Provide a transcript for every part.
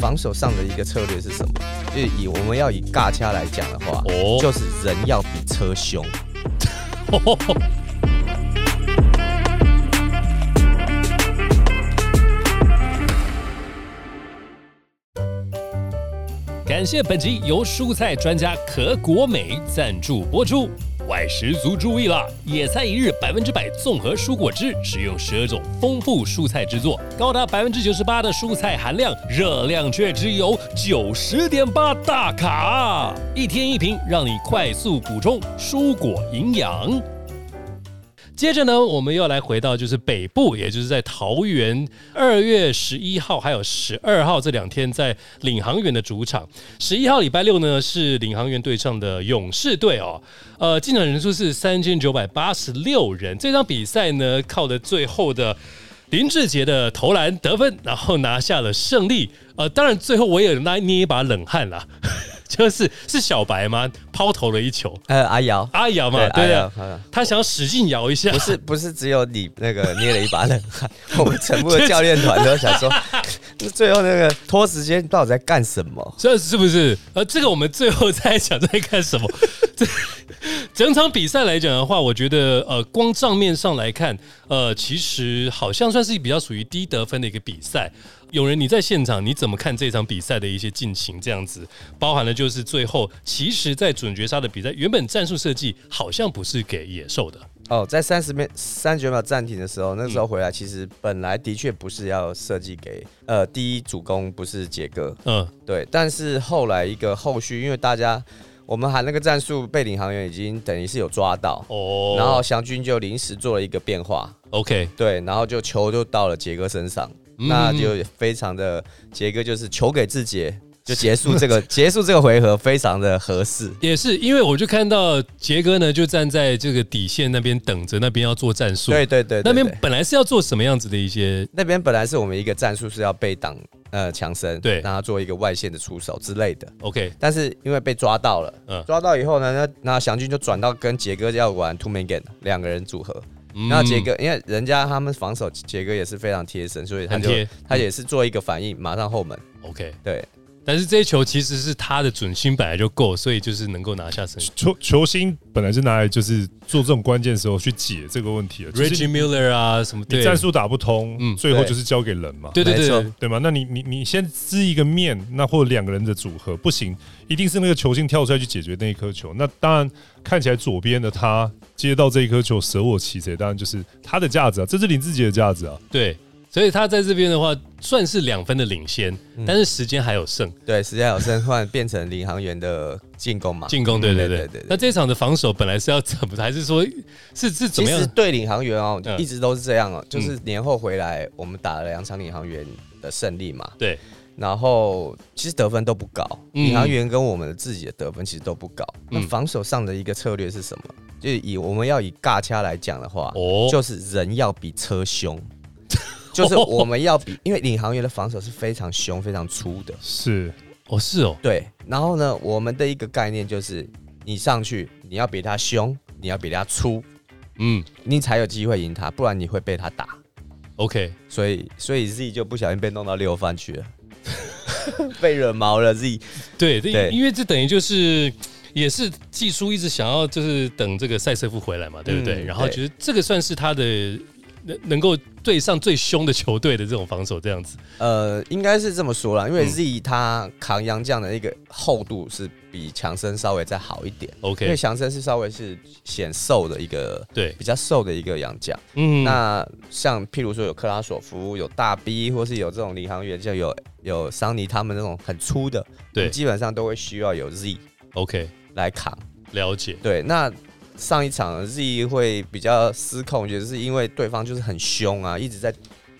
防守上的一个策略是什么？就以我们要以尬掐来讲的话，哦就是人要比车凶。感谢本集由蔬菜专家可国美赞助播出。外食族注意啦！野菜一日百分之百综合蔬果汁，使用十二种丰富蔬菜制作，高达百分之九十八的蔬菜含量，热量却只有九十点八大卡。一天一瓶，让你快速补充蔬果营养。接着呢，我们又来回到就是北部，也就是在桃园，二月十一号还有十二号这两天在领航员的主场。十一号礼拜六呢是领航员对上的勇士队哦，呃，进场人数是三千九百八十六人。这场比赛呢靠的最后的林志杰的投篮得分，然后拿下了胜利。呃，当然最后我也拉捏一把冷汗啦， 就是是小白吗？抛投了一球，呃，阿瑶，阿瑶嘛，对对阿瑶啊阿瑶，他想要使劲摇一下，不是不是只有你那个捏了一把冷汗， 我们全部的教练团都想说， 最后那个拖时间到底在干什么？这是不是？呃，这个我们最后再讲在干什么？这整场比赛来讲的话，我觉得呃，光账面上来看，呃，其实好像算是比较属于低得分的一个比赛。有人你在现场，你怎么看这场比赛的一些进行？这样子包含了就是最后，其实，在准绝杀的比赛，原本战术设计好像不是给野兽的，哦，在三十秒三十九秒暂停的时候，那时候回来其实本来的确不是要设计给呃第一主攻不是杰哥，嗯、对，但是后来一个后续，因为大家我们喊那个战术被领航员已经等于是有抓到，哦，然后祥军就临时做了一个变化， OK，对，然后就球就到了杰哥身上，嗯那就非常的杰哥就是球给志杰，就结束这个结束这个回合，非常的合适。也是因为我就看到杰哥呢，就站在这个底线那边等着，那边要做战术，对对对对那边对本来是要做什么样子的一些那边本来是我们一个战术是要被挡呃强身，对让他做一个外线的出手之类的。 OK 但是因为被抓到了，嗯抓到以后呢，那那祥军就转到跟杰哥要玩 two man game 两个人组合，嗯然后杰哥因为人家他们防守杰哥也是非常贴身，所以他很就贴他也是做一个反应，马上后门， OK，对，但是这一球其实是他的准心本来就够，所以就是能够拿下胜利。球球星本来是拿来就是做这种关键时候去解这个问题的。就是 Reggie Miller 啊，什么你对战术打不通，嗯最后对就是交给人嘛，对对没错对，对吗？那你你你先支一个面，那或者两个人的组合不行，一定是那个球星跳出来去解决那一颗球。那当然看起来左边的他接到这一颗球舍我其谁，当然就是他的价值啊，这是你自己的价值啊。对，所以他在这边的话算是两分的领先，嗯但是时间还有剩。对，时间有剩，突然变成领航员的进攻嘛？进攻，对对嗯对对对那这场的防守本来是要怎么，还是说是是其怎么实样？对领航员哦，嗯一直都是这样哦，就是年后回来，我们打了两场领航员的胜利嘛，对，然后其实得分都不高，嗯领航员跟我们自己的得分其实都不高。那嗯防守上的一个策略是什么？就是以我们要以尬掐来讲的话，哦就是人要比车 凶，就是我们要比，因为领航员的防守是非常凶、非常粗的，是，哦是哦，对，然后呢，我们的一个概念就是，你上去你要比他凶，你要比他粗，嗯你才有机会赢他，不然你会被他打。 ，OK，所以，所以 Z 就不小心被弄到六番去了， 被惹毛了 Z。对，这对因为这等于就是也是季叔一直想要就是等这个塞瑟夫回来嘛，对不对？嗯然后对觉得这个算是他的能能够对上最凶的球队的这种防守这样子。呃，应该是这么说啦，因为嗯 Z 他扛洋将的一个厚度是比强森稍微再好一点，因 OK，为强森是稍微是显瘦的一个，对，比较瘦的一个洋将。嗯，那像譬如说有克拉索夫、有大 B，或是有这种领航员，就有有桑尼他们那种很粗的，对基本上都会需要有 Z OK，来扛。了解，对，那上一场 Z 会比较失控，也是因为对方就是很凶啊，一直在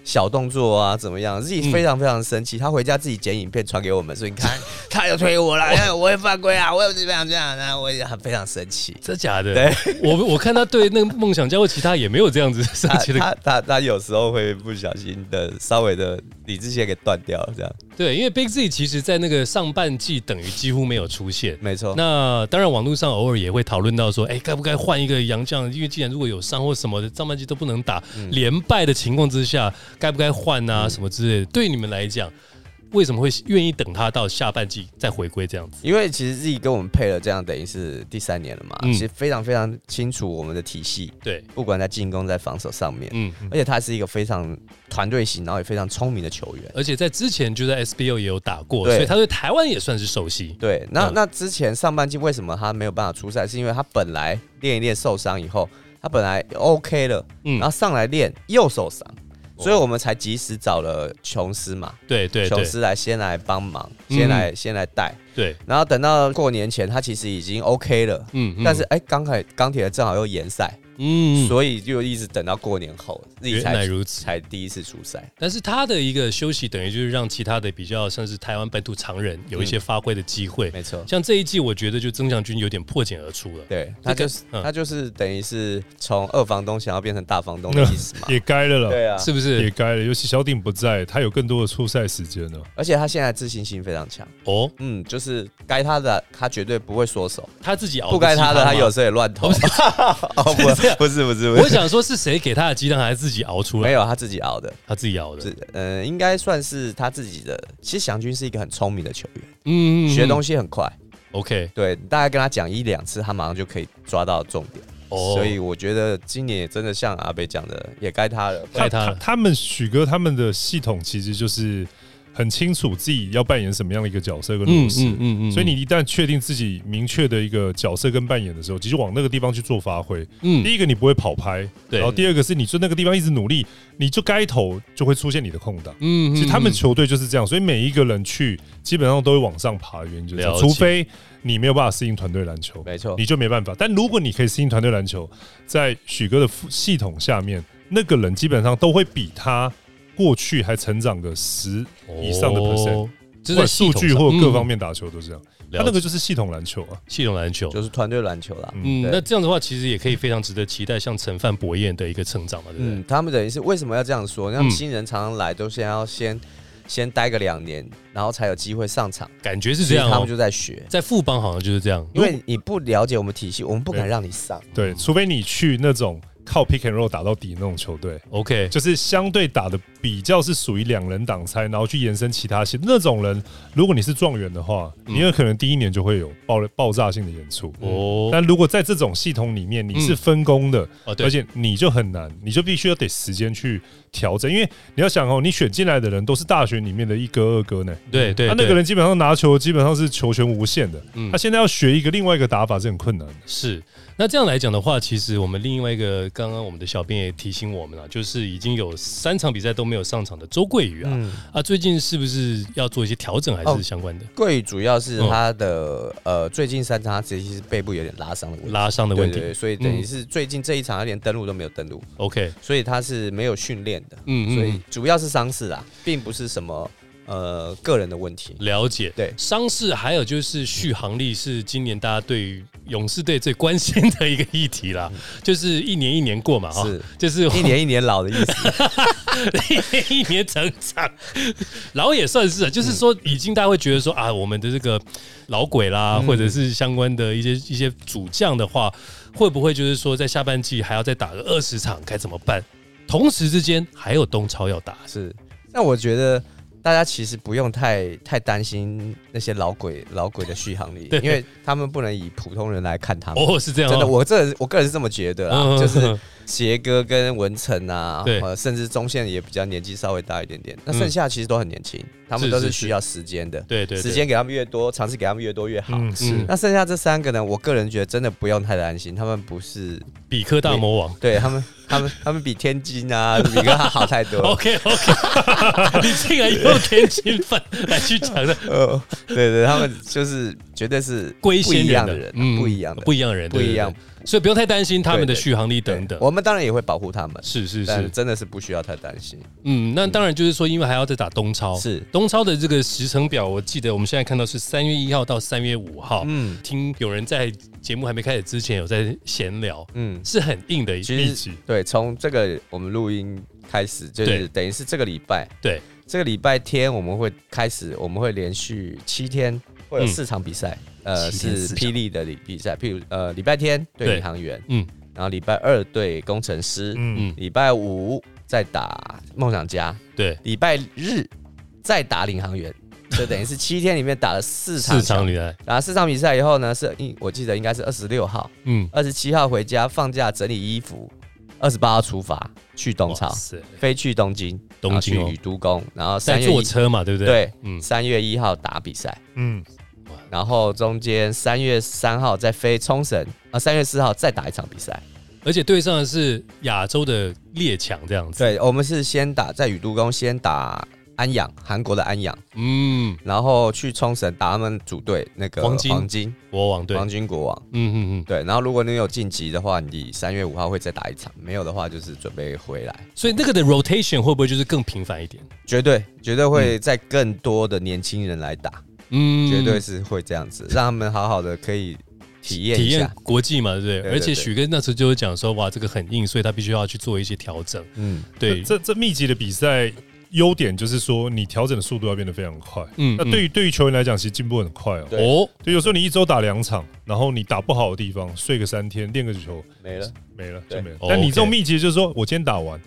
小动作啊，怎么样？Z 嗯非常非常生气，他回家自己剪影片传给我们，所以你 看他又推我了，哎我也犯规啊，我又怎么样这样，啊那我也很非常生气。真假的？我我看他对那个梦想家或其他也没有这样子生他气的他他他有时候会不小心的稍微的理智线给断掉，这样对，因为 Big Z 其实在那个上半季等于几乎没有出现。没错。那当然，网络上偶尔也会讨论到说，哎、该不该换一个洋将？因为既然如果有伤或什么的，上半季都不嗯能打，连败的情况之下，该不该换啊？什么之类的。对你们来讲，为什么会愿意等他到下半季再回归这样子？因为其实 Z 跟我们配了这样，等于是第三年了嘛，嗯其实非常非常清楚我们的体系，对，不管在进攻在防守上面，嗯，嗯而且他是一个非常团队型，然后也非常聪明的球员。而且在之前就在 SBO 也有打过，对所以他对台湾也算是熟悉。对，那、嗯那之前上半季为什么他没有办法出赛，是因为他本来练一练受伤以后，他本来 OK 了，嗯然后上来练又受伤，所以我们才及时找了琼斯嘛，对对琼对斯来先来帮忙，嗯先来、先来带，对，然后等到过年前他其实已经 OK 了，嗯嗯但是哎，钢铁钢铁正好又延赛，嗯，所以就一直等到过年后自己原来才如此。才第一次出赛。但是他的一个休息，等于就是让其他的比较像是台湾本土常人有一些发挥的机会。嗯没错，像这一季，我觉得就曾祥军有点破茧而出了。对他就是、嗯他就是等于是从二房东想要变成大房东的意嗯思嘛。 也该了啦，对啊，是不也是？该了。尤其小鼎不在，他有更多的出赛时间了。而且他现在自信心非常强，哦，嗯，就是该他的他绝对不会缩手，哦他自己熬不该他的鸡汤吗他有时候也乱投。 哦，不，不是不是不我是，想说是谁给他的鸡汤，还是自己熬出没来？有啊他自己熬的，他自己熬的。是嗯、呃，应该算是他自己的。其实祥军是一个很聪明的球员，嗯学东西。西很快， OK，对，大概跟他讲一两次，他马上就可以抓到重点。哦所以我觉得今年也真的像阿北讲的，也该他了。该他他了。他们许哥他们的系统其实就是很清楚自己要扮演什么样的一个角色跟嗯模式。嗯嗯嗯，所以你一旦确定自己明确的一个角色跟扮演的时候，其实往那个地方去做发挥。嗯第一个你不会跑拍，对然后第二个是你就那个地方一直努力，你就该投就会出现你的空档。嗯，其实他嗯们球队就是这样，所以每一个人去基本上都会往上爬的原因就是这样，了解除非你没有办法适应团队篮球，没错你，就没办法。但如果你可以适应团队篮球，在许哥的系统下面，那个人基本上都会比他过去还成长个十以上的 percent，、哦不就是在管系数统据上或各嗯方面打球都这样。他了解那个就是系统篮球啊，系统篮球。就是团队篮球啦。嗯，对那这样的话，其实也可以非常值得期待，像陈范博彦的一个成长嘛，对不对？嗯，他们等于是为什么要这样说？让嗯新人常常来都先要先先待个两年，然后才有机会上场。感觉是这样其实他哦们，就在学，在副帮好像就是这样。因为你不了解我们体系，我们不敢对让你上。对，嗯除非你去那种靠 pick and roll 打到底那种球队， OK，就是相对打的比较是属于两人挡拆，然后去延伸其他线那种人，如果你是状元的话，嗯你有可能第一年就会有爆爆炸性的演出。哦，嗯但如果在这种系统里面你是分工的，嗯哦对，而且你就很难，你就必须要得时间去调整，因为你要想哦，你选进来的人都是大学里面的一哥二哥呢，对嗯对，他对那个人基本上拿球基本上是球权无限的，嗯他现在要学一个另外一个打法是很困难的。是，那这样来讲的话，其实我们另外一个，刚刚我们的小编也提醒我们了、就是已经有三场比赛都没有上场的周桂宇啊，嗯，啊，最近是不是要做一些调整，还哦是相关的、桂宇主要是他的、呃，最近三场他其实是背部有点拉伤的问题。嗯拉伤的对嗯问对题嗯对，所以等于是最近这一场他连登录都没有登录， ？OK，所以他是没有训练的，嗯所嗯以主要是伤势啦，并不是什么呃个人的问题。嗯，了解。对伤势还有就是续航力是今年大家对于勇士队最关心的一个议题啦，就是一年一年过嘛，哈嗯是，就是一年一年老的意思， 一年成长，然后也算是啊，就是说已经大家会觉得说啊，我们的这个老鬼啦，嗯或者是相关的一些一些主将的话，会不会就是说在下半季还要再打个二十场，该怎么办？同时之间还有东超要打，是。那我觉得大家其实不用太太担心那些老鬼老鬼的续航力对，因为他们不能以普通人来看他们。哦，是这样、哦，真的，我这我个人是这么觉得啦，嗯就是杰哥跟文成啊，对呃，甚至中线也比较年纪稍微大一点点，那嗯剩下其实都很年轻，他们是都是是是需要时间的， 对对对时间给他们越多，尝试给他们越多越好。嗯，嗯是。那剩下这三个呢，我个人觉得真的不用太担心，他们不是比科大魔王。对他们，他们他们比天津啊，比跟他好太多 了。 OK OK，你 竟然用天津饭来去讲 的呃，对对，他们就是绝对是龟不仙一样的人的人，啊嗯不一样的，不一样的人，不一样对，对对所以不用太担心他们的对对续航力等等对。我们当然也会保护他们，是是是但，真的是不需要太担心。嗯，那当然就是说，因为还要再打东超，是东超的这个时程表，我记得我们现在看到是三月一号到三月五号。嗯听有人在节目还没开始之前有在闲聊，嗯，是很硬的一其密实集对，从这个我们录音开始，就对是等于是这个礼拜，对，这个礼拜天我们会开始，我们会连续七天会有嗯四场比赛，呃，七天是四场霹雳的比比赛，譬如呃礼拜天对对宇航员，嗯然后礼拜二对工程师，嗯，嗯，礼拜五再打梦想家，对，礼拜日再打领航员，就等于是七天里面打了四场四小场，比赛，然后四场比赛以后呢，是应我记得应该是二十六号、嗯，二十七号回家放假整理衣服，二十八号出发去东哇朝，塞飞去东京，东然后京哦去宇都宫，然后在三月坐一车嘛，对不对？对，嗯，三月一号打比赛，嗯，然后中间三月三号再飞冲绳，啊，三月四号再打一场比赛。而且对上的是亚洲的列强这样子，对，我们是先打在宇都宫先打安阳，韩国的安阳，嗯，然后去冲绳打他们组队那个黄金黄金国王队，黄嗯金国王。嗯嗯，对，然后如果你有晋级的话，你三月五号会再打一场；没有的话，就是准备回来，所以那个的 rotation 会不会就是更频繁一点？绝对绝对会在更多的年轻人来打，嗯，绝对是会这样子，让他们好好的可以体验体一验下。国际嘛，对不对？对对而且许哥那时候就是讲说，哇，这个很硬，所以他必须要去做一些调整。嗯，对，这这密集的比赛优点就是说，你调整的速度要变得非常快。嗯那对于对于球员来讲，其实进步很快哦。对哦，对，有时候你一周打两场，然后你打不好的地方睡个三天，练个球嗯没了。没了对就没了哦。但你 OK 这种密集就是说我今天打完。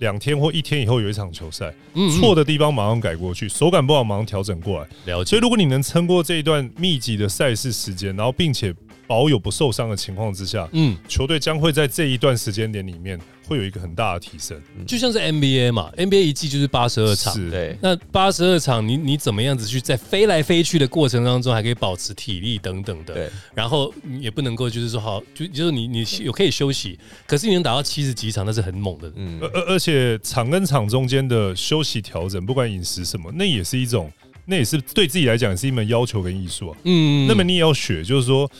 两天或一天以后有一场球赛，嗯嗯错的地方马上改过去，手感不好马上调整过来。了所解以，如果你能撑过这一段密集的赛事时间，然后并且保有不受伤的情况之下，嗯，球队将会在这一段时间点里面会有一个很大的提升。就像是 NBA 嘛，NBA 一季就是八十二场，是对，那八十二场你你怎么样子去在飞来飞去的过程当中，还可以保持体力等等的，对，然后你也不能够就是说好，就就是你你有可以休息，可是你能打到七十几场，那是很猛的，嗯而，而而且场跟场中间的休息调整，不管饮食什么，那也是一种，那也是对自己来讲也是一门要求跟艺术啊。嗯，那么你也要学，就是说，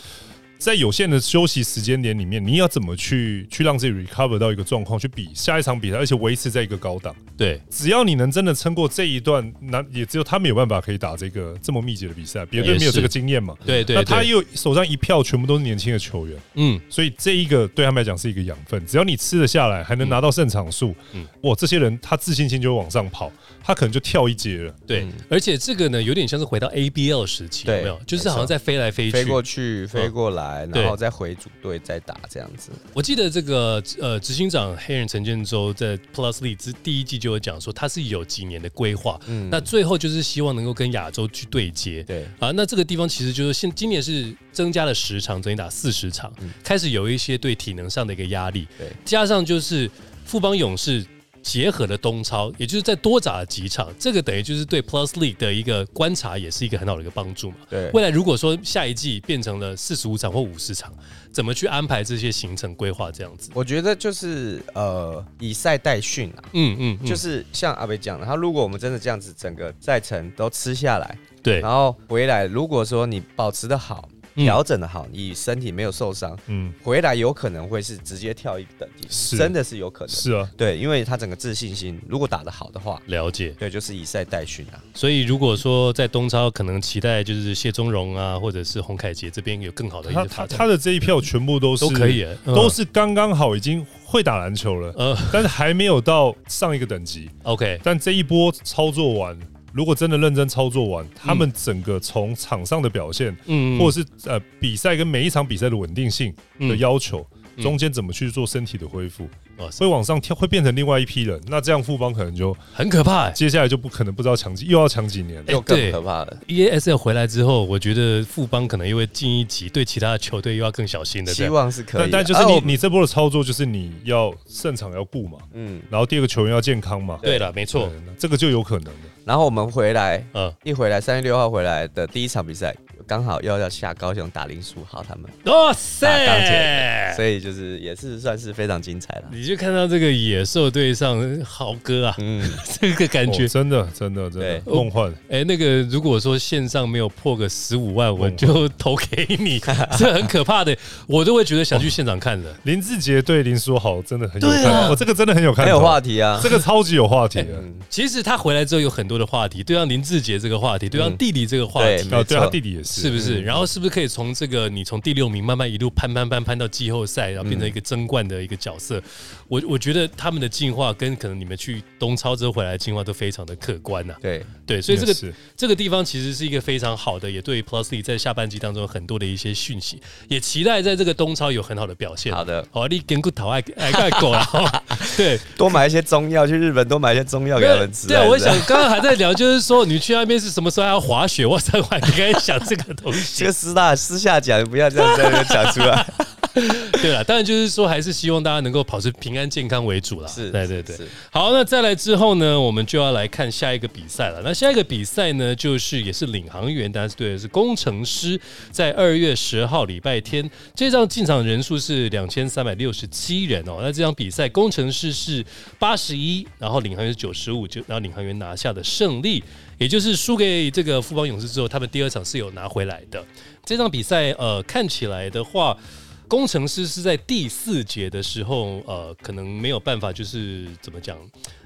在有限的休息时间点里面，你要怎么去去让自己 recover 到一个状况，去比下一场比赛，而且维持在一个高档。嗯对，只要你能真的撑过这一段，那也只有他们有办法可以打这个这么密集的比赛，别也队是没有这个经验嘛。对对那他对又手上一票全部都是年轻的球员，嗯，所以这一个对他们来讲是一个养分。只要你吃得下来，还能拿到胜场数，嗯哇，这些人他自信心就会往上跑，他可能就跳一阶了。对嗯，而且这个呢，有点像是回到 ABL 时期，有对没有？就是好像在飞来飞飞去。过去，飞过来，嗯对然后再回组队再打这样子。我记得这个呃，执行长黑人陈建州在 Plus League 之第一季就有讲说，他是有几年的规划，嗯，那最后就是希望能够跟亚洲去对接。对，啊，那这个地方其实就是现今年是增加了十场，增加打四十场，嗯开始有一些对体能上的一个压力，对，加上就是富邦勇士结合了东超，也就是再多打了几场，这个等于就是对 Plus League 的一个观察，也是一个很好的一个帮助嘛。对，未来如果说下一季变成了四十五场或五十场，怎么去安排这些行程规划这样子？我觉得就是呃，以赛代训啊，嗯嗯，嗯就是像阿北讲的，他如果我们真的这样子整个赛程都吃下来，对然后回来，如果说你保持的好，嗯调整的好，你身体没有受伤，嗯，回来有可能会是直接跳一个等是级，真的是有可能。是啊，对，因为他整个自信心如果打得好的话，了解。对，就是以赛代训啊。所以如果说在东超可能期待就是谢宗荣啊，或者是洪凯杰这边有更好的一他些他发展，他的这一票全部都是都可以、，欸，嗯都是刚刚好已经会打篮球了，呃但是还没有到上一个等级。 OK 但这一波操作完，如果真的认真操作完，他们整个从场上的表现，嗯，或者是呃比赛跟每一场比赛的稳定性的嗯要求，嗯中间怎么去做身体的恢复，哇塞会往上跳，会变成另外一批人。那这样富邦可能就很可怕、欸。接下来就不可能不知道强几，又要强几年了。哎又更对可怕了。 EASL E 回来之后，我觉得富邦可能又会进一级，对其他的球队又要更小心的这希样。望是可以的但，但就是啊你、我们你这波的操作，就是你要胜场要顾嘛，嗯，然后第二个球员要健康嘛，对了，没错，对，那这个就有可能的。然后我们回来嗯，一回来，三月六号回来的第一场比赛，刚好又要下高雄打林书豪他们，哇打钢铁塞！所以就是也是算是非常精彩了。你就看到这个野兽对上豪哥啊，嗯， 这个感觉哦、，真的，真的，真的对梦幻。哎、那个如果说线上没有破个十五万，我就投给你，这很可怕的，我都会觉得想去现场看的。林志杰对林书豪真的很有对看啊头，哦这个真的很有看很头，有话题啊这。个超级有话题的。哦其实他回来之后有很多的话题，对上林志杰这个话题，对上弟弟这个话对题，哦，没对错他弟弟也是是不是？然后是不是可以从这个你从第六名慢慢一路攀攀攀攀到季后赛，然后变成一个争冠的一个角色？我我觉得他们的进化跟可能你们去东超之后回来的进化都非常的可观呐、啊对，对，所以这个也是这个地方其实是一个非常好的，也对 Plusly 在下半季当中有很多的一些讯息，也期待在这个东超有很好的表现。好的好，你跟骨头爱爱盖狗了，好 吧对，多买一些中药，去日本多买一些中药给他们吃。对啊，还是我想刚刚还在聊，就是说你去那边是什么时候还要滑雪？哇 塞，我还应该想这个东这西个。私大私下讲，不要这样在这边讲出 来。对了，当然就是说还是希望大家能够保持平安健康为主啦。是对对对是。好，那再来之后呢，我们就要来看下一个比赛了。那下一个比赛呢，就是也是领航员，但是对的是工程师，在二月十号礼拜天，这场进场人数是两千三百六十七人哦。那这场比赛，工程师是八十一，然后领航员是九十五，就然后领航员拿下的胜利。也就是输给这个富邦勇士之后，他们第二场是有拿回来的。这场比赛，呃，看起来的话，工程师是在第四节的时候，呃，可能没有办法，就是怎么讲，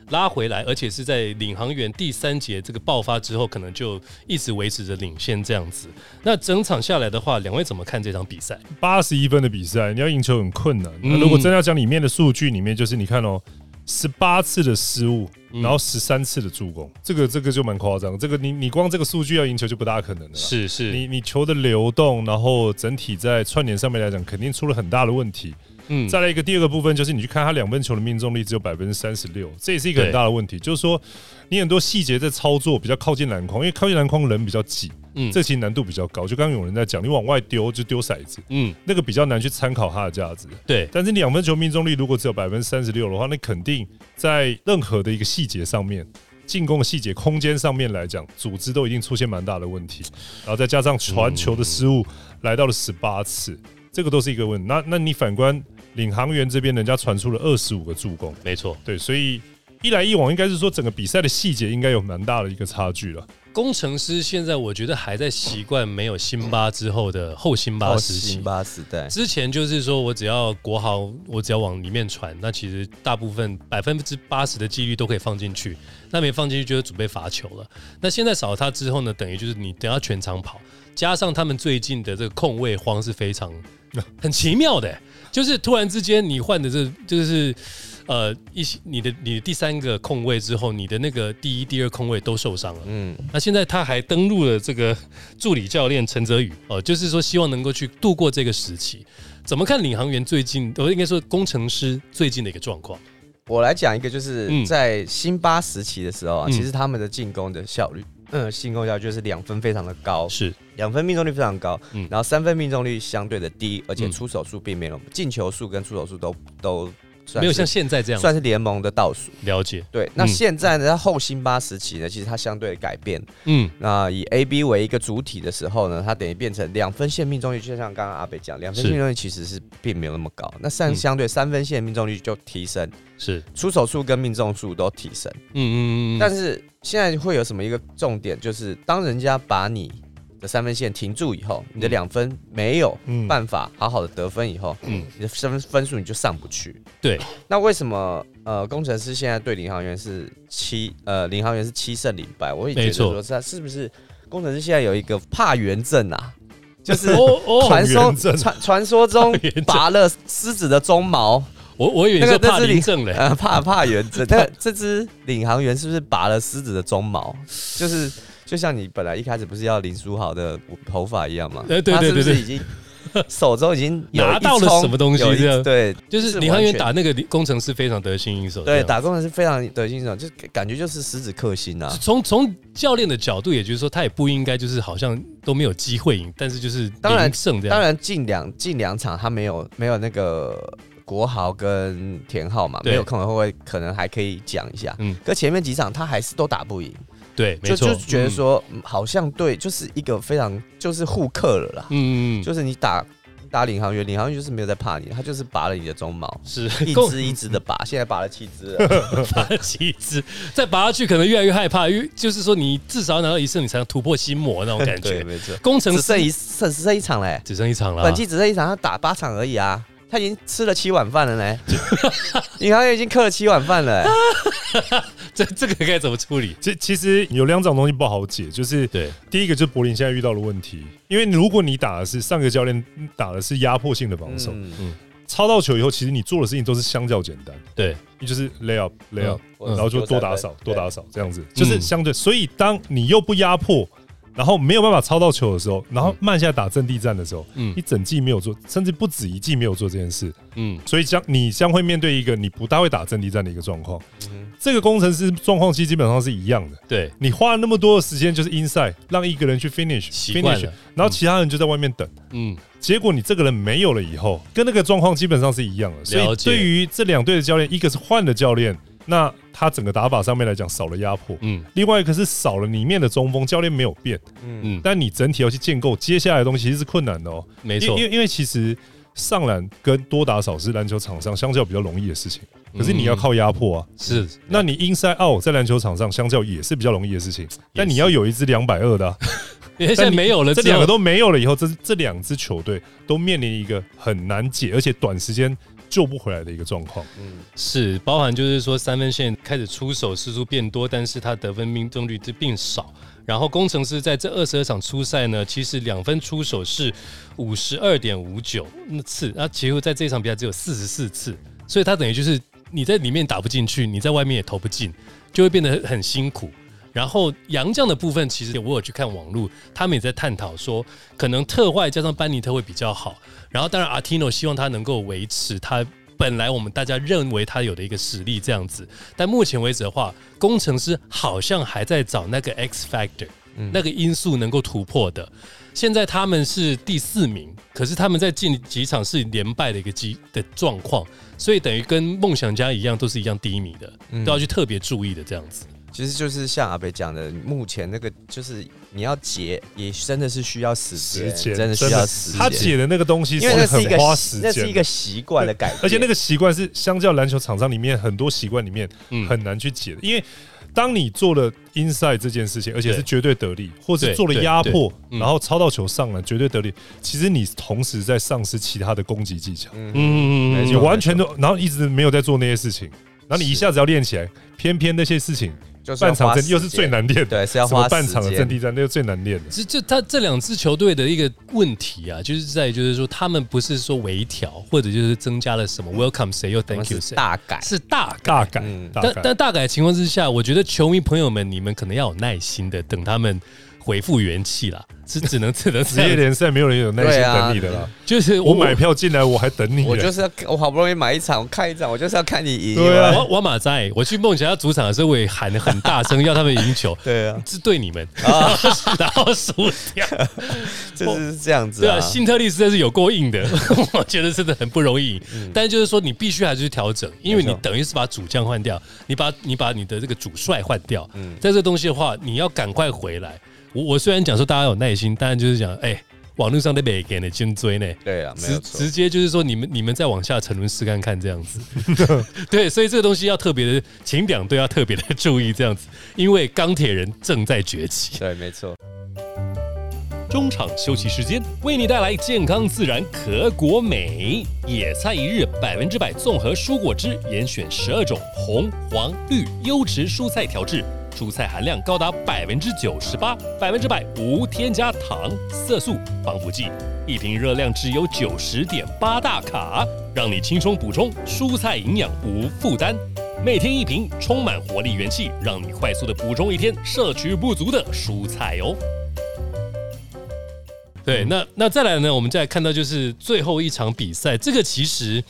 拉回来，而且是在领航员第三节这个爆发之后，可能就一直维持着领先这样子。那整场下来的话，两位怎么看这场比赛？八十一分的比赛，你要赢球很困难。那嗯如果真的要讲里面的数据，里面就是你看哦，十八次的失误，然后十三次的助攻，这个这个就蛮夸张。这个你你光这个数据要赢球就不大可能了啦。是是，你你球的流动，然后整体在串联上面来讲，肯定出了很大的问题。嗯，再来一个第二个部分，就是你去看他两分球的命中率只有百分之三十六，这也是一个很大的问题。就是说，你很多细节在操作比较靠近篮筐，因为靠近篮筐人比较挤，嗯这其实难度比较高。就刚刚有人在讲，你往外丢就丢骰子，嗯，那个比较难去参考它的价值。对，但是两分球命中率如果只有百分之三十六的话，那肯定在任何的一个细节上面，进攻的细节、空间上面来讲，组织都已经出现蛮大的问题。然后再加上传球的失误，来到了十八次，这个都是一个问题。那那你反观领航员这边，人家传出了二十五个助攻，没错。对，所以一来一往，应该是说整个比赛的细节应该有蛮大的一个差距了。工程师现在我觉得还在习惯没有辛巴之后的后辛巴时期辛。巴时代，之前就是说我只要国豪，我只要往里面传，那其实大部分百分之八十的几率都可以放进去。那没放进去就是准备罚球了。那现在少了他之后呢，等于就是你等他全场跑，加上他们最近的这个空位荒是非常很奇妙的、欸就是突然之间你换的这就是。呃，一些你的你的第三个空位之后，你的那个第一、第二空位都受伤了。嗯，那现在他还登录了这个助理教练陈泽宇哦、就是说希望能够去度过这个时期。怎么看领航员最近，呃，应该说工程师最近的一个状况？我来讲一个，就嗯是在辛巴时期的时候啊，嗯其实他们的进攻的效率，嗯，进攻效率就是两分非常的高，是两分命中率非常高，嗯然后三分命中率相对的低，而且嗯出手数并没有进球数跟出手数都都算没有是像现在这样算是联盟的倒数。了解。对，那嗯现在呢，在后辛巴时期呢，其实它相对改变。嗯，那以 A B 为一个主体的时候呢，它等于变成两分线命中率，就像刚刚阿北讲，两分是线命中率其实是并没有那么高。那三嗯相对三分线命中率就提升，是，出手数跟命中数都提升。嗯嗯嗯嗯，但是现在会有什么一个重点，就是当人家把你的三分线停住以后，你的两分没有嗯办法好好的得分以后，嗯你的分分数你就上不去。对，那为什么呃工程师现在对领航员是七呃领航员是七胜零败？我也觉没得错说他是不是工程师现在有一个怕圆阵 啊？就是哦哦，传说原阵传传说中 怕圆阵拔了狮子的鬃毛，我我以为你那说个怕那是林你正嘞，呃，怕怕原阵，但这只领航员是不是拔了狮子的鬃毛？就是就像你本来一开始不是要林书豪的头发一样吗？呃对他对是不对是对已经手中已经有 拿一到了冲什么东西有一这样对就是是领航完员全打那个工程师非常得心应手这样。对，打工人是非常得心应手，就感觉就是狮子克星啊。从从教练的角度，也就是说，他也不应该就是好像都没有机会赢，但是就是当然零胜这样。当然近两近两场他没有没有那个国豪跟田浩嘛，对没有空的会可能还可以讲一下。嗯嗯，可前面几场他还是都打不赢。对，没就错，就觉得说、嗯好像对，就是一个非常就是互克了啦，嗯，嗯，嗯就是你打打领航员，领航员就是没有在怕你，他就是拔了你的鬃 毛，是一共只一只的拔，嗯现在拔了七只了，拔旗帜，再拔下去可能越来越害怕，因为就是说你至少要拿到一胜，你才能突破心魔那种 感对，觉。没错，工程只剩师一剩只剩一场嘞，只剩一场了啊，本季只剩一场，他打八场而已啊。他已 经吃了七碗饭了嘞，领航员已经克了七碗饭了欸，这这个该怎么处理？其其实有两种东西不好解，就是对，第一个就是柏林现在遇到的问题，因为如果你打的是上个教练打的是压迫性的防守，嗯抄到球以后，其实你做的事情都是相较简单，对，你就是 lay up lay up，、嗯然后就嗯多打扫对嗯多打扫这样子，就是相对。所以当你又不压迫，然后没有办法抄到球的时候，然后慢下打阵地战的时候，嗯你整季没有做，甚至不止一季没有做这件事，嗯，所以将你将会面对一个你不大会打阵地战的一个状况。嗯这个工程师状况其实基本上是一样的。对，你花了那么多的时间就是 inside，让一个人去 finish 习惯 finish，了然后其他人就在外面等。嗯结果你这个人没有了以后，跟那个状况基本上是一样的。所了以解对于这两队的教练，一个是换了教练，那他整个打法上面来讲少了压迫；嗯另外一个是少了里面的中锋，教练没有变，嗯嗯，但你整体要去建构接下来的东西其实是困难的哦。没因错为因，为因为其实上篮跟多打少是篮球场上相较比较容易的事情，可是你要靠压迫啊。嗯是那你 inside out 在篮球场上相较也是比较容易的事情，但你要有一支两百二的啊、因为现在但你呃没有了之这后，两个都没有了以后，这这两支球队都面临一个很难解，而且短时间救不回来的一个状况。嗯是包含就是说三分线开始出手次数变多，但是他得分命中率就变少。然后工程师在这二十二场初赛呢，其实两分出手是五十二点五九次，那结果在这场比赛只有四十四次，所以他等于就是你在里面打不进去，你在外面也投不进，就会变得很辛苦。然后杨将的部分，其实我有去看网络，他们也在探讨说，可能特坏加上班尼特会比较好。然后当然阿提诺希望他能够维持他本来我们大家认为他有的一个实力这样子，但目前为止的话，工程师好像还在找那个 X factor，、那嗯个因素能够突破的。现在他们是第四名，可是他们在近几场是连败的一个机的状况，所以等于跟梦想家一样，都是一样低迷的，都要去特别注意的这样子。嗯其实就是像阿北讲的，目前那个就是你要解，也真的是需要时间，时间真的需真的要时间。他解的那个东西因是为那是一很花个时习间那的，是一个习惯的改变，而且那个习惯是相较篮球场上里面很多习惯里面嗯很难去解的，因为当你做了 inside 这件事情，而且是绝对得力，或者对做了压迫，对嗯然后抄到球上了绝对得力，其实你同时在丧失其他的攻击技巧，嗯你没错完全都然后一直没有在做那些事情，然后你一下子要练起来，偏偏那些事情就是要半场花阵时又是最间，难练的，对，是要什么花半时场的间阵地战，那是最难练的。这这他这两支球队的一个问题啊，就是在于就是说他们不是说微调，或者就是增加了什么 welcome 谁又我们 thank you 是谁，大改，是大改。大改嗯，大但改，但大改的情况之下，我觉得球迷朋友们，你们可能要有耐心的等他们回复元气啦，是只能只能职业 这样，联赛没有人有耐心对啊等你的啦。就是我买票进来，我还等你啊我嘞就。是要我好不容易买一场，我看一场，我就是要看你赢。对啊我我马在，我去梦想家主场的时候，我也喊得很大声要他们赢 球，对啊，是对你们，然啊后 然后输掉，就是这样子对啊，啊。新特利实在是有够硬 的， 我觉得真的很不容易。但是就是说，你必须还是去调整，因为嗯你没错等于是把主将换掉，你把你把你的这个主帅换掉。嗯在这东西的话，你要赶快回来。我我虽然讲说大家有耐心，但就是讲，哎、网络上的每个人的尖追呢，对啊，没直有错直。接就是说，你们你们再往下沉沦试看看这样 子。对，所以这个东西要特别的，请两队要特别的注意这样子，因为钢铁人正在崛起。对，没错。中场休息时间，为你带来健康自然可果美野菜一日百分之百综合蔬果汁，严选十二种红、黄、绿优质蔬菜调制，蔬菜含量高达百分之九十八，百分之百无添加糖、色素、防腐剂，一瓶热量只有九十点八大卡，让你轻松补充蔬菜营养无负担。每天一瓶，充满活力元气，让你快速的补充一天摄取不足的蔬菜哦。对，那那再来呢？我们再来看到就是最后一场比赛，这个其实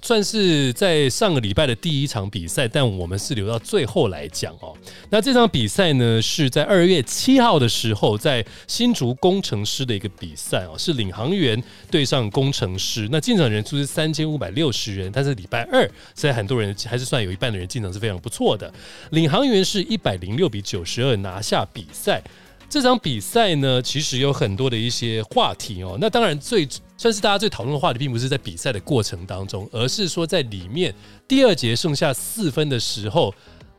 算是在上个礼拜的第一场比赛，但我们是留到最后来讲哦。那这场比赛呢，是在二月七号的时候，在新竹工程师的一个比赛哦，是领航员对上工程师。那进场人数是三千五百六十人，但是礼拜二，所以很多人还是算有一半的人进场是非常不错的。领航员是一百零六比九十二拿下比赛。这场比赛呢，其实有很多的一些话题哦。那当然最算是大家最讨论的话题，并不是在比赛的过程当中，而是说在里面第二节剩下四分的时候，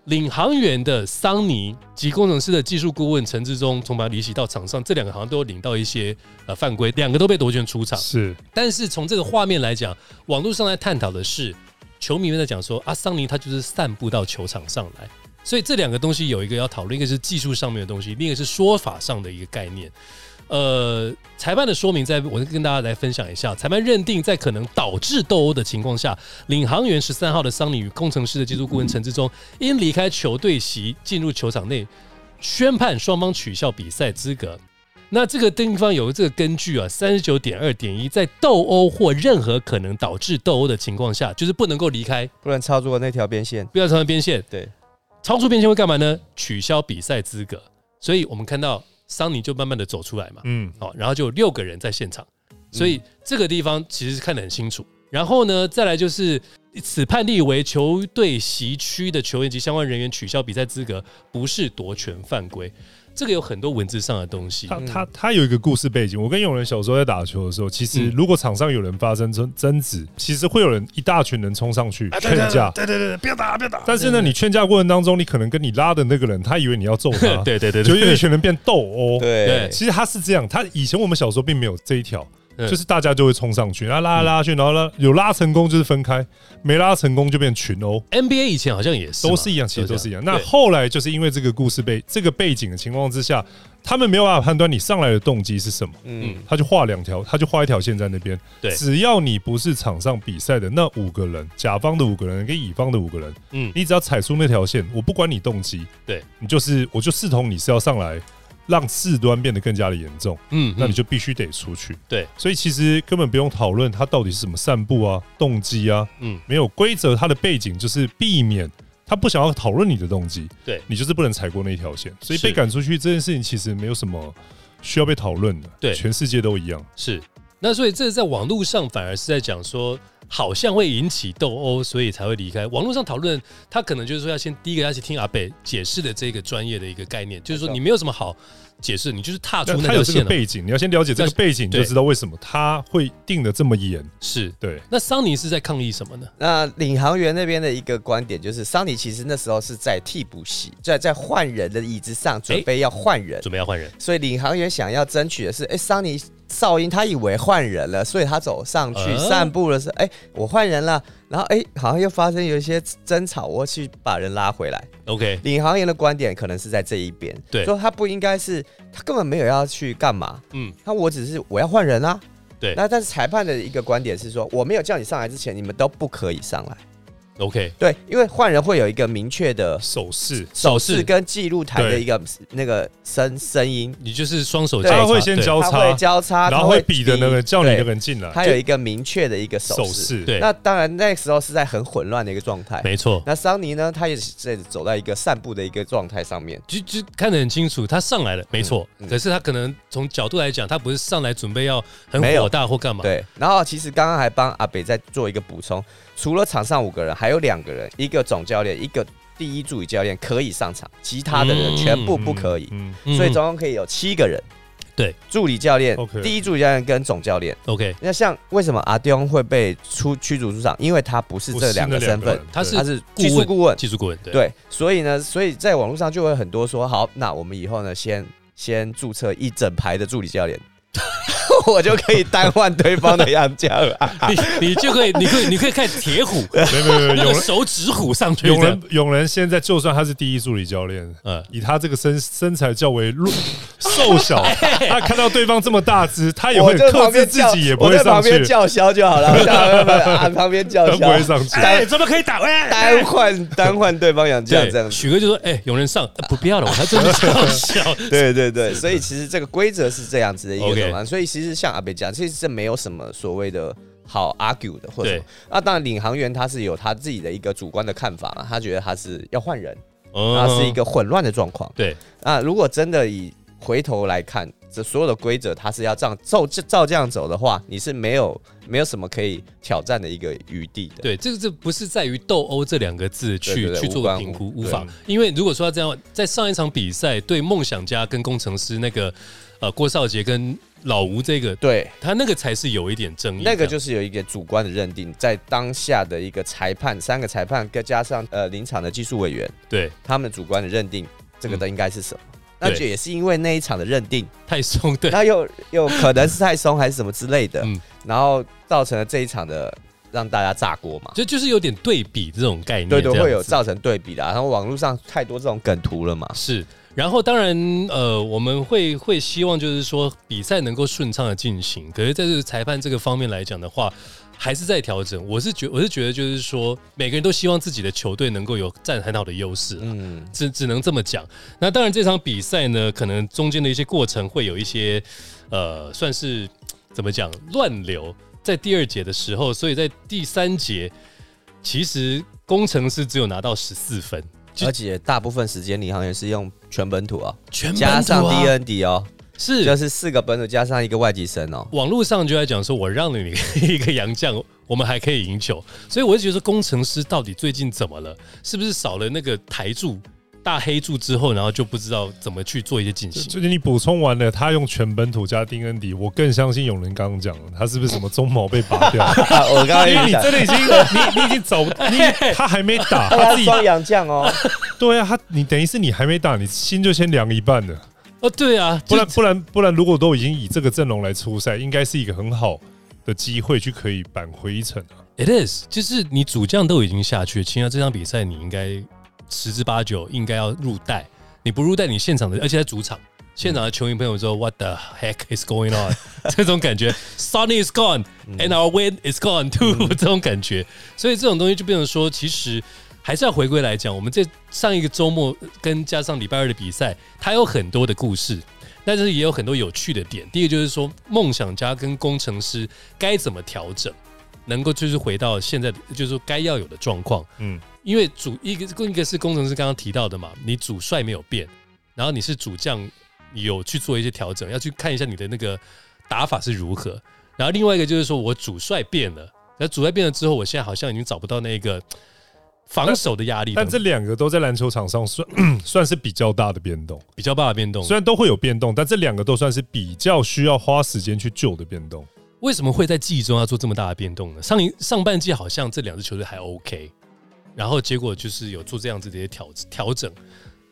领航员的桑尼及工程师的技术顾问陈志忠从把他离席到场上，这两个好像都有领到一些呃犯规，两个都被夺权出场。是但是从这个画面来讲，网络上在探讨的是，球迷们在讲说啊，桑尼他就是散步到球场上来，所以这两个东西有一个要讨论，一个是技术上面的东西，另一个是说法上的一个概念。呃，裁判的说明在，我跟大家来分享一下。裁判认定，在可能导致斗殴的情况下，领航员十三号的桑尼与工程师的技术顾问陈志忠因离开球队席进入球场内，宣判双方取消比赛资格。那这个地方有这个根据啊，三十九点二点一，在斗殴或任何可能导致斗殴的情况下，就是不能够离开，不能超过那条边哦线。不要超出边线。对，超出边线会干嘛呢？取消比赛资格。所以我们看到桑尼就慢慢的走出来嘛，嗯，哦，然后就有六个人在现场，所以这个地方其实是看得很清楚。然后呢，再来就是此判例为球队席区的球员及相关人员取消比赛资格，不是夺权犯规。这个有很多文字上的东西，嗯他他他有一个故事背景。我跟永仁小时候在打球的时候，其嗯实如果场上有人发生争争执，其实会有人一大群人冲上去劝架。哎对对对，不要打，不要打。但是呢，你劝架过程当中，你可能跟你拉的那个人，他以为你要揍他， 对对对就对，有一群人变斗殴。对对，其实他是这样，他以前我们小时候并没有这一条，嗯就是大家就会冲上去，然后拉来拉去，然后拉有拉成功就是分开，没拉成功就变群殴。 NBA 以前好像也是嘛，都是一样，其实都是一样。那对后来就是因为这个故事背这个背景的情况之下，他们没有办法判断你上来的动机是什么，嗯，他就画两条，他就画一条线在那边。对只要你不是场上比赛的那五个人，甲方的五个人跟乙方的五个人，嗯，你只要踩出那条线，我不管你动机，对你就是我就视同你是要上来让事端变得更加的严重，嗯，那那你你就必须得出去。对，所以其实根本不用讨论他到底是什么散步啊、动机啊，嗯没有规则，它的背景就是避免他不想要讨论你的动机，对你就是不能踩过那一条线，所以是被赶出去这件事情其实没有什么需要被讨论的，对全世界都一样，是那所以这在网络上反而是在讲说，好像会引起斗殴，所以才会离开。网络上讨论，他可能就是说要先第一个要去听阿北解释的这个专业的一个概念，就是说没错你没有什么好解释，你就是踏出但那他条有这线啊了嘛。个背景，你要先了解这但个是背景，你就对知道为什么他会定的这么严，是，对，那桑尼是在抗议什么呢？那领航员那边的一个观点就是，桑尼其实那时候是在替补席，在在换人的椅子上准备要换人，准备要换人，所以领航员想要争取的是，哎、桑尼哨音他以为换人了，所以他走上去、呃散步的时候，哎、我换人了，然后哎、好像又发生有一些争吵，我去把人拉回来。 OK，领航员的观点可能是在这一边，对说他不应该是，他根本没有要去干嘛，嗯，他我只是我要换人啊。对那但是裁判的一个观点是说，我没有叫你上来之前，你们都不可以上来。 ，OK，对，因为换人会有一个明确的手势。手是势，跟记录台的对一个那个声声音，你就是双手对交叉，他会先对交他叉会，交叉，他然后会比的那个叫你对那个人进来，他有一个明确的一个手手势。势，嗯对那当然，那时候是在很混乱的一个状态。没错，那桑尼呢，他也是在走在一个散步的一个状态上面。就就看得很清楚，他上来了，没错。嗯嗯可是他可能从角度来讲，他不是上来准备要很没有火大或干嘛，对，然后其实刚刚还帮阿北再做一个补充，除了场上五个人，还有两个人，一个总教练，一个第一助理教练可以上场，其他的人嗯全部嗯不可以，嗯，嗯所以总共可以有七个人。对，助理教练 OK 第一助理教练跟总教练。 OK，那像为什么阿丁会被出驱逐出场？因为他不是不这是两那个身份人，他对是他是顾技术问顾问。技术顾问对对，所以呢，所以在网络上就会很多说，好，那我们以后呢，先先注册一整排的助理教练， 我就可以单换对方的杨家了。你你就可以，你可以，你可以看铁虎没有没有没有， 那永个仁手指虎上去永的仁，永仁现在就算他是第一助理教练，嗯，以他这个身身材较为弱瘦小，他看到对方这么大只， 他也我会在克旁制边自叫，己，也不我会在旁上边去，叫嚣就好了，我在旁边啊旁边叫 他不会嚣，上去。哎，怎么可以打？哎，单换单换对方杨家对这样子。许哥就说：“哎，永仁上，呃不必要了，我还真的笑笑。 对对对，所以其实这个规则是这样子的一个 OK 状况，所以其实像阿北讲，其实这没有什么所谓的好 argue 的，或者什么对那当然领航员他是有他自己的一个主观的看法嘛，他觉得他是要换人，” 嗯他是一个混乱的状况。对那如果真的以回头来看，这所有的规则，它是要这样照照这样走的话，你是没有没有什么可以挑战的一个余地的。对，这个这不是在于斗殴这两个字去对对对去无关乎做评估，无对法。因为如果说要这样，在上一场比赛对梦想家跟工程师那个呃郭少杰跟老吴这个，对，他那个才是有一点争议的，那个就是有一个主观的认定，在当下的一个裁判，三个裁判再加上呃临场的技术委员，对他们主观的认定这个的应该是什么。那嗯对就也是因为那一场的认定，太松，对那又又可能是太松还是什么之类的，嗯然后造成了这一场的让大家炸锅嘛。就就是有点对比这种概念，对对，这样会有子造成对比的啊、然后网络上太多这种梗图了嘛。是。然后当然，呃，我们会会希望就是说比赛能够顺畅的进行，可是在这个裁判这个方面来讲的话，还是在调整。我是觉我是觉得就是说，每个人都希望自己的球队能够有占很好的优势啊、嗯，只只能这么讲。那当然，这场比赛呢，可能中间的一些过程会有一些，呃，算是怎么讲乱流，在第二节的时候，所以在第三节，其实工程师只有拿到十四分，就而且大部分时间领航员是用全本土啊，全本加上土啊 DND 哦，是就是四个本土加上一个外籍生 哦。网络上就在讲说，我让了你一个洋将，我们还可以赢球，所以我就觉得说工程师到底最近怎么了？是不是少了那个台柱、大黑柱之后，然后就不知道怎么去做一些进行？最近你补充完了，他用全本土加丁恩迪，我更相信永仁刚刚讲了，他是不是什么鬃毛被拔 掉？啊我刚刚因为也你讲，真的已经，你你已经走，你他还没打，他他自己双洋将哦，对啊，他你等于是你还没打，你心就先凉一半了。哦，对啊，不然就不然不然，如果都已经以这个阵容来出赛，应该是一个很好的机会去可以扳回一城啊。 It is，就是你主将都已经下去了，其实这场比赛你应该十之八九应该要入袋，你不入袋，你现场的，而且在主场，现场的球迷朋友说、What the heck is going on？这种感觉，Sunny is gone and our win is gone too，、这种感觉，所以这种东西就变成说，其实还是要回归来讲，我们这上一个周末跟加上礼拜二的比赛，它有很多的故事。但是也有很多有趣的点。第一个就是说，梦想家跟工程师该怎么调整，能够就是回到现在的，就是说该要有的状况。嗯，因为主一个一个是工程师刚刚提到的嘛，你主帅没有变，然后你是主将有去做一些调整，要去看一下你的那个打法是如何。然后另外一个就是说我主帅变了，那主帅变了之后，我现在好像已经找不到那个防守的压力等但等，这两个都在篮球场上算 算是比较大的变动，比较大的变动。虽然都会有变动，但这两个都算是比较需要花时间去救的变动。为什么会在季中要做这么大的变动呢？上一上半季好像这两支球队还 OK，然后结果就是有做这样子的一些调调整。哦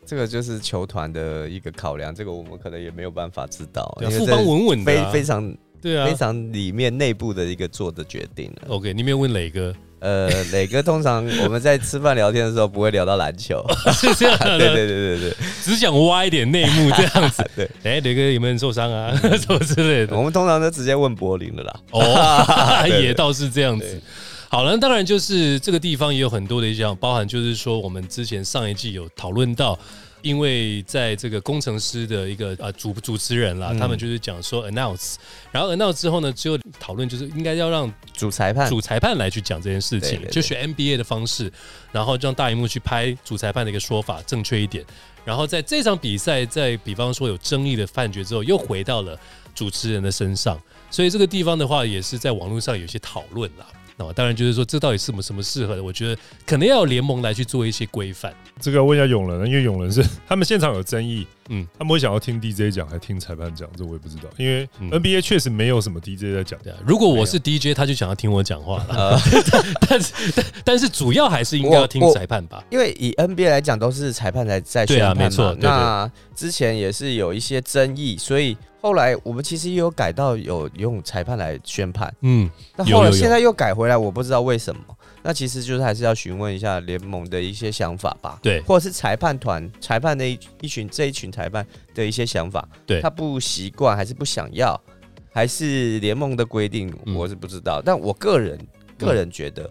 这个就是球团的一个考量，这个我们可能也没有办法知道，对啊因为富邦这稳稳的啊非非常对啊非常里面内部的一个做的决定了。 ，OK，你没有问磊 哥， 呃，磊哥通常我们在吃饭聊天的时候不会聊到篮 球，啊是这样对对的，对对对只想挖一点内幕这样子。 对哎，磊哥有没有人受伤啊？ 什么之类对，的我。们通常都直接问柏林了啦。 哦，对对也倒是这样子对。好了，那当然就是这个地方也有很多的一项，包含就是说我们之前上一季有讨论到，因为在这个工程师的一个啊主主持人嗯啦，他们就是讲说 announce，然后 announce 之后呢，只有讨论就是应该要让主裁判主裁判来去讲这件事对情对，对就学 NBA 的方式，然后让大荧幕去拍主裁判的一个说法正确一点。然后在这场比赛，在比方说有争议的判决之后，又回到了主持人的身上，所以这个地方的话，也是在网络上有一些讨论啦。那当然就是说，这到底是不什么适合的？我觉得可能要有联盟来去做一些规范。这个要问一下永仁，因为永仁是 他们现场有争议，嗯嗯，他们会想要听 DJ 讲还是听裁判讲，这我也不知道，因为嗯 NBA 确实没有什么 DJ 在讲。对啊，如果我哎是 DJ，他就想要听我讲话了。呃， 但是但但是主要还是应该要听我我裁判吧。因为以 NBA 来讲，都是裁判来在宣判对啊嘛没错对对那之前也是有一些争议，所以后来我们其实也有改到有用裁判来宣判。嗯，那有后来有有现在又改回来，我不知道为什么。那其实就是还是要询问一下联盟的一些想法吧，对或者是裁判团、裁判那一一群这一群裁判的一些想法，对他不习惯还是不想要，还是联盟的规定，嗯我是不知道。但我个人个嗯人觉得，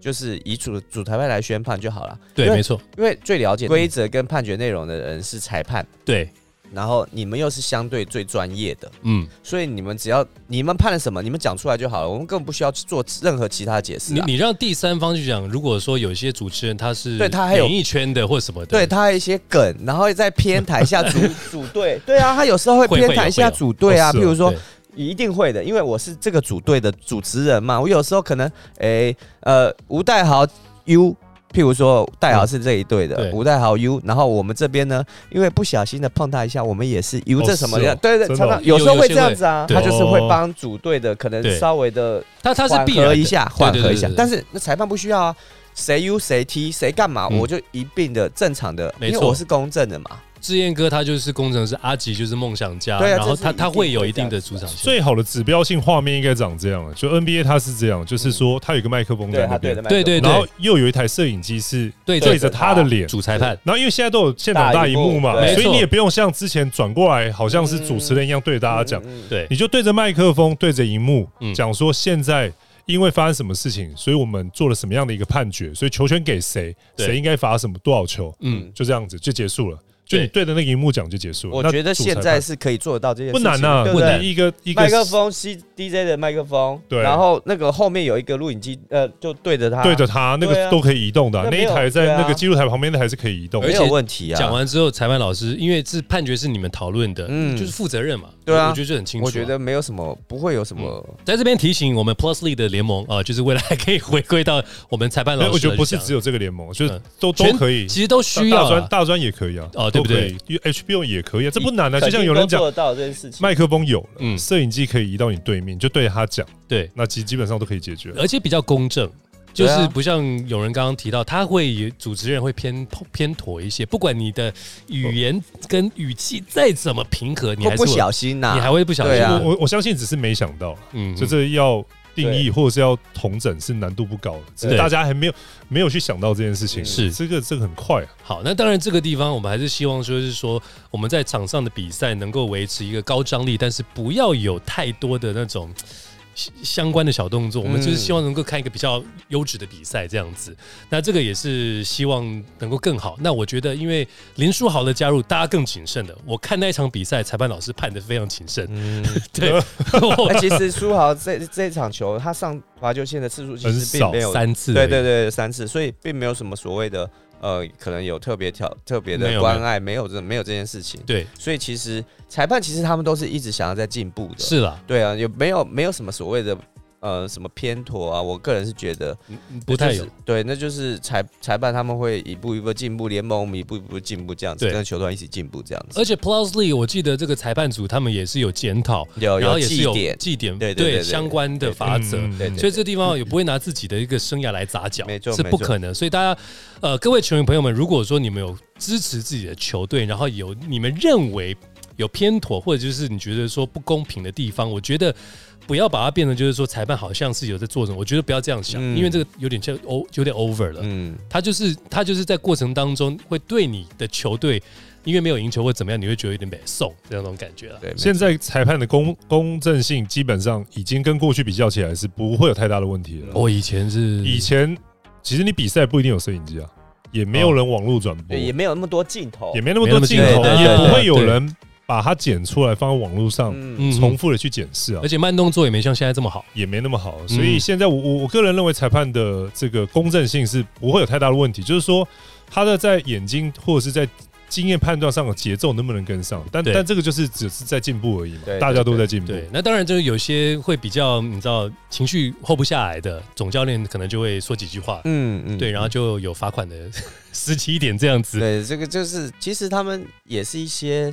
就是以主主裁判来宣判就好了，对，因为没错，因为最嗯了解规则跟判决内容的人是裁判，对，然后你们又是相对最专业的，嗯，所以你们只要你们判了什么，你们讲出来就好了，我们根本不需要做任何其他的解释、你啊。你让第三方去讲，如果说有些主持人他是对他还有演艺圈的或什么的，对他一些梗，然后在偏袒一下组组队，对 啊，他有时候会会偏袒一会下有组队啊，哦是譬哦如说对一定会的，因为我是这个组队的主持人嘛，我有时候可能诶、呃吴代豪 U。譬如说，代豪是这一队嗯的对，吴代豪 U，然后我们这边呢，因为不小心的碰他一下，我们也是 U，哦这什么是哦样？对对，真的常哦常有时候会这样子啊，有有他些就会是会对帮组队的，可能对稍微的他他是缓必然和的一下，缓和一下对对对对对。但是那裁判不需要啊，谁 U 谁踢谁干嘛，嗯我就一并的正常的，没因错为我是公正的嘛。志燕哥他就是工程师，阿吉就是梦想家，对啊然后这是他一定他会有一定会这的样子主的啊场性。最好的指标性画面应该长这样啊了，就 NBA 它是这样，就是说它有一个麦克风对在他那对的边，麦克风，嗯对对然后对，又有一台摄影机是对对着着他的脸。主裁判，然后因为现在都有现场大大荧荧幕幕嘛，对所以没错你也不用像之前转过来，好像是主持人一样对大家讲，嗯，对你就对着麦克风，对着荧幕嗯讲说现在因为发生什么事情，所以我们做了什么样的一个判决，所以球权给谁，对谁应该罚什么多少球，嗯，就这样子就结束了。就你对着那个荧幕讲就结束了。我那觉得主现裁在判是可以做得到这件事不情，难呐，对不对难一个一个麦克风 C DJ 的麦克风，对然后那个后面有一个录影机，呃，就对着它，对着他那对啊个都可以移动的啊，那那没一有台在对啊那个记录台旁边那台是可以移动的而没且。有问题啊。讲，完之后，裁判老师因为是判决是你们讨论的，嗯就是负责任嘛，对啊我觉得就很清楚啊。我觉得没有什么，不会有什么，嗯在这边提醒我们 Plus League 的联盟啊、呃就是未来可以回归到我们裁判老没师的有哎我觉得不是讲只有这个联盟，就是嗯都都全可以，其实都需要大专啊。大专也可以啊，哦对不对都可以？因为 HBO 也可以啊，这不难啊。肯定就像有人都讲做，得到这件事情。麦克风有了，嗯摄影机可以移到你对面，就对着他讲，对，那基基本上都可以解决。而且比较公正，就对啊是不像有人刚刚提到，他会主持人会偏偏妥一些，不管你的语言跟语气再怎么平和，你还会是不会小心呐、你还会不小心对啊我我我相信只是没想到，呃嗯就这要定义或者是要同整是难度不高的，只是对大家还没有没有去想到这件事情。是这个这个很快啊，好，那当然这个地方我们还是希望说是说我们在场上的比赛能够维持一个高张力，但是不要有太多的那种。相相关的小动作，我们就是希望能够看一个比较优质的比赛这样子。那这个也是希望能够更好。那我觉得，因为林书豪的加入，大家更谨慎了。我看那一场比赛，裁判老师判的非常谨 慎。嗯，对， 那哎其实苏豪这这场球他上罚球线的次数其很实并少没有，三次对而已，对对，三次，所以并没有什么所谓的呃，可能有特别条特别没有没的有关爱，没有这没有这件事情。对，所以其实裁判其实他们都是一直想要在进步的，是啦，对啊，也没有没有什么所谓的呃什么偏颇啊，我个人是觉得不太就有是。对，那就是裁裁判他们会一步一步进步，联盟我们一步一步进步这样子，对跟球团一起进步这样子，而且 Plusly，我记得这个裁判组他们也是有检讨，有然后有也是绩有点，祭典对对对对相关的法则。嗯对对所以这地方也不会拿自己的一个生涯来砸脚没，错是不可能。所以大家，呃，各位球员朋友们，如果说你们有支持自己的球队，然后有你们认为有偏妥，或者就是你觉得说不公平的地方，我觉得不要把它变成就是说裁判好像是有在做什么，我觉得不要这样想，嗯因为这个有点像 o 有点 over 了。嗯，他就是他就是在过程当中会对你的球队，因为没有赢球或怎么样，你会觉得有点被送这样那种感觉了。啊对，没现在裁判的公公正性基本上已经跟过去比较起来是不会有太大的问题了。哦我以前是以前其实你比赛不一定有摄影机啊，也没有哦人网络转播，啊对也也没有那么多镜头，没那么多镜头，没那么多对也对不会对有人把它剪出来放在网络上嗯嗯重复的去检视啊而，且慢动作也没像现在这么好。也没那么好。所以现在我我我个人认为裁判的这个公正性是不会有太大的问题，就是说他的在眼睛或者是在经验判断上的节奏能不能跟上，但对但这个就是只是在进步而已嘛对，大家都在进步。对，那当然就是有些会比较，你知道情绪 hold 不下来的，总教练可能就会说几句话，嗯嗯对，然后就有罚款的时期一点这样子。对，这个就是其实他们也是一些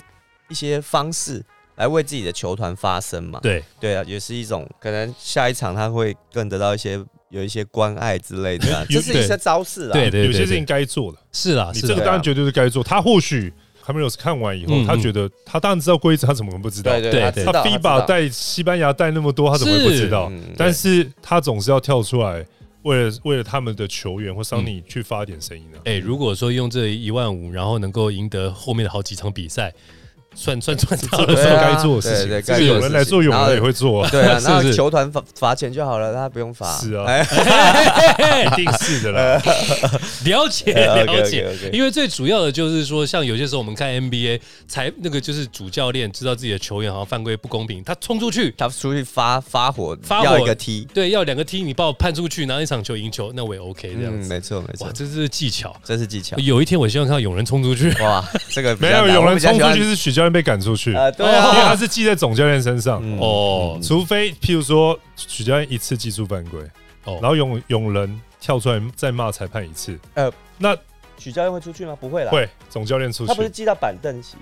一些方式来为自己的球团发声嘛。对，对啊，也是一种可能下一场他会更得到一些有一些关爱之类的啊、有 这是一些招式啦。对对对，有些事对情该做的，是啦，你啊是这个啦，当然绝对是该做。他或许 c a m e r o s 看完以后嗯，他嗯觉得他当然知道规则，他怎么可能不知道？对对，他对知他道他 FIBA 知道带西班牙带那么多，他怎么会不是知道？嗯但是他总是要跳出来，为了为了他们的球员或桑尼去发一点声音呢、啊哎、如果说用这一万五，然后能够赢得后面的好几场比赛，算算赚到这了。是对啊该做的事情，对对这个有人来做，有人也会做、啊，对 啊，是不那是球团罚罚钱就好了，他不用罚。是啊哎， 一定是 的啦。了 解 OK，OK，OK 了解因为最主要的就是说，像有些时候我们看 NBA，才那个就是主教练知道自己的球员好像犯规不公平，他冲出去，他出去发发火，发火要一个踢。对，要两个踢你把我判出去，拿一场球赢球，那我也 OK 这样嗯，子。没错没错哇，，这是技巧。这是技巧。有一天我希望看到有人冲出去，哇，这个比哎没较有难有我人比较冲喜欢出去是许教练被赶出去，呃，对因为他啊，是记在总教练身上。嗯哦除非譬如说许教练一次技术犯规，哦然后永永仁跳出来再骂裁判一次，呃呃，那许教练会出去吗？不会啦，会总教练出他不是去。记到板凳席。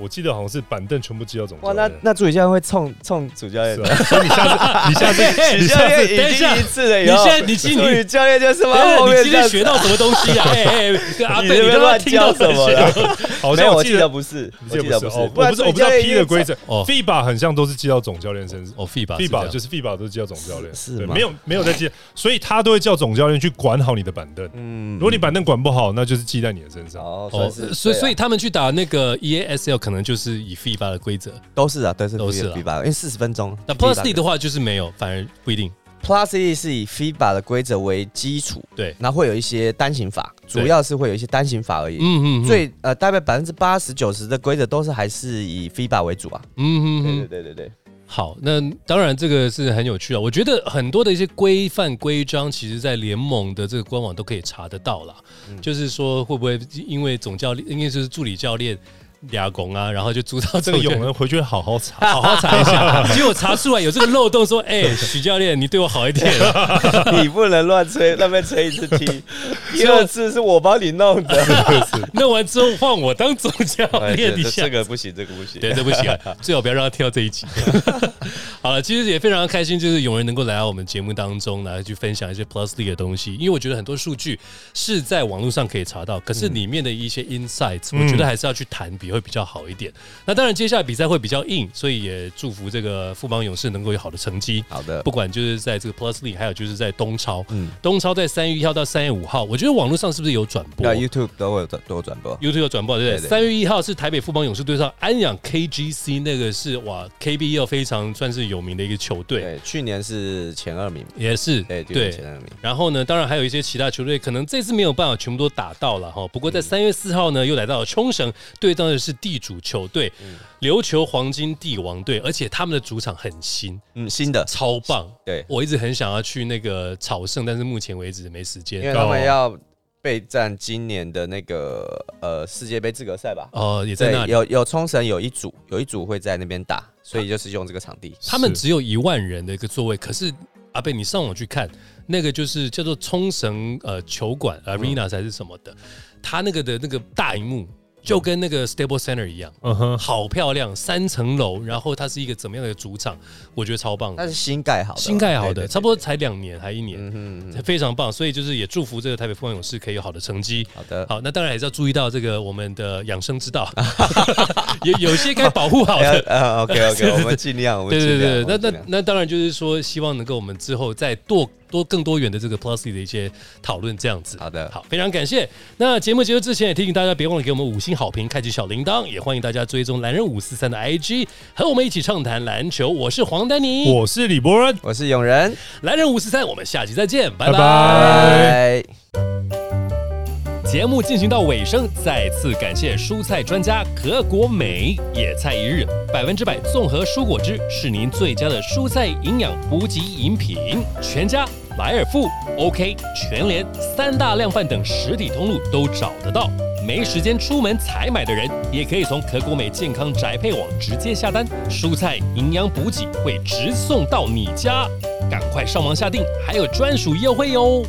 我记得好像是板凳全部记到总哇，教那练。那主教练会冲冲主教练 是。啊，所以你下次你下次主你教下练次已等经一一下次了你以后，现在你今助理天教练就是等往后等，你面今这样 天学到什么东西啊？哎哎，哎阿你贝，这你边他妈乱听到教什么了 这些？好没像有，我记记得不是，我这记得不不是是哦，，我不是我然不知助理教道练 P 的规因为则哦，FIBA 很像都是记到总教练身上。哦，FIBA FIBA 就是是 FIBA 都是叫总教练，是对吗没有没有在记，所以他都会叫总教练去管好你的板凳。嗯，如果你板凳管不好，那就是记在你的身上。哦，哦，算是所以所对以啊他们去打那个 E EASL 可能就是以 FIBA 的规则，都是啊，都是都是啊 FIBA，因为四十分钟。那 Plus D 的的话就是没有，反而不一定。 Plus D 是以 FIBA 的规则为基础，对，然后会有一些单行法，对主要是会有一些单行法而已。嗯嗯，嗯最呃，大概百分之八十九十的规则都是还是以 FIBA 为主啊。嗯嗯对嗯对，对对对，好，那当然这个是很有趣啊。我觉得很多的一些规范规章，其实在联盟的这个官网都可以查得到啦。嗯就是说，会不会因为总教练，因为就是助理教练俩拱啊，然后就租到这这个个有泳人回去好好查。好好查一下，结果查出来有这个漏洞，说：“ 哎、许教练，你对我好一点。你不能乱 吹，那边吹一次 T，第二次是我帮你弄的。弄完之后换 我当总教哎练一下。个不哎行，这个不行对，对不起啊，最好不要让他听到这一集。 好了，其实也非常开心，就是有人能够来到我们节目当中来去分享一些 Plus D 的东西，因为我觉得很多数据是在网络上可以查到，可嗯是里面的一些 insights，、我觉得还是要去谈比会比较好一点。那当然，接下来比赛会比较硬，所以也祝福这个富邦勇士能够有好的成绩。好的不管就是在这个 Plus League，还有就是在东超，嗯东超在三月一号到三月五号，我觉得网络上是不是有转播？那 YouTube 都会有转都有转播， YouTube 有转播，对不对？对对三月一号是台北富邦勇士对上安阳 KGC，那个是哇 KBL 非常算是有名的一个球队，对，去年是前二名，也是对，去年前二名。然后呢，当然还有一些其他球队，可能这次没有办法全部都打到了哈。不嗯过在三月四号呢，又来到了冲绳，对到的是地主球队嗯琉球黄金帝王队，而且他们的主场很新，嗯，新的，超棒。对，我一直很想要去那个朝圣，但是目前为止没时因间。为他们要备战今年的那个呃世界杯资格赛吧。哦、也在对那，里。有有冲绳有一组，有一组会在那边打，所以就是用这个场地。他们是只有一万人的一个座位，可是阿贝，你上网去看，那个就是叫做冲绳呃球馆嗯 arena 还是什么的，它那个的那个大荧幕就跟那个 stable center 一样，嗯哼，好漂亮，三层楼，然后它是一个怎么样的主场，我觉得超棒那的，是新盖好的，新盖好的，对差不多。才两年还一对对年，嗯哼嗯哼，啊非常棒，所以就是也祝福这个台北富邦勇士可以有好的成绩。好的。好，那当然还是要注意到这个我们的养生之道， 有有些该保护好哎的呀，呃，OK 是是 OK，我们尽量，我们对尽量。对对，我那们尽那量那当然就是说，希望能够我们之后再多多更多元的这个 Plus 的一些讨论，这样子。好的好，非常感谢。那节目结束之前，也提醒大家别忘了给我们五星好评，开启小铃铛，也欢迎大家追踪男人五四三的 IG，和我们一起畅谈篮球。我是黄丹妮，我是李博仁，我是永仁，男人五四三，我们下期再见，拜拜拜。拜。节目进行到尾声，再次感谢蔬菜专家何国美。野菜一日，百分之百综合蔬果汁是您最佳的蔬菜营养补给饮品。全家、莱尔富、OK、全联三大量贩等实体通路都找得到。没时间出门采买的人，也可以从可国美健康宅配网直接下单，蔬菜营养补给会直送到你家。赶快上网下订，还有专属优惠哟！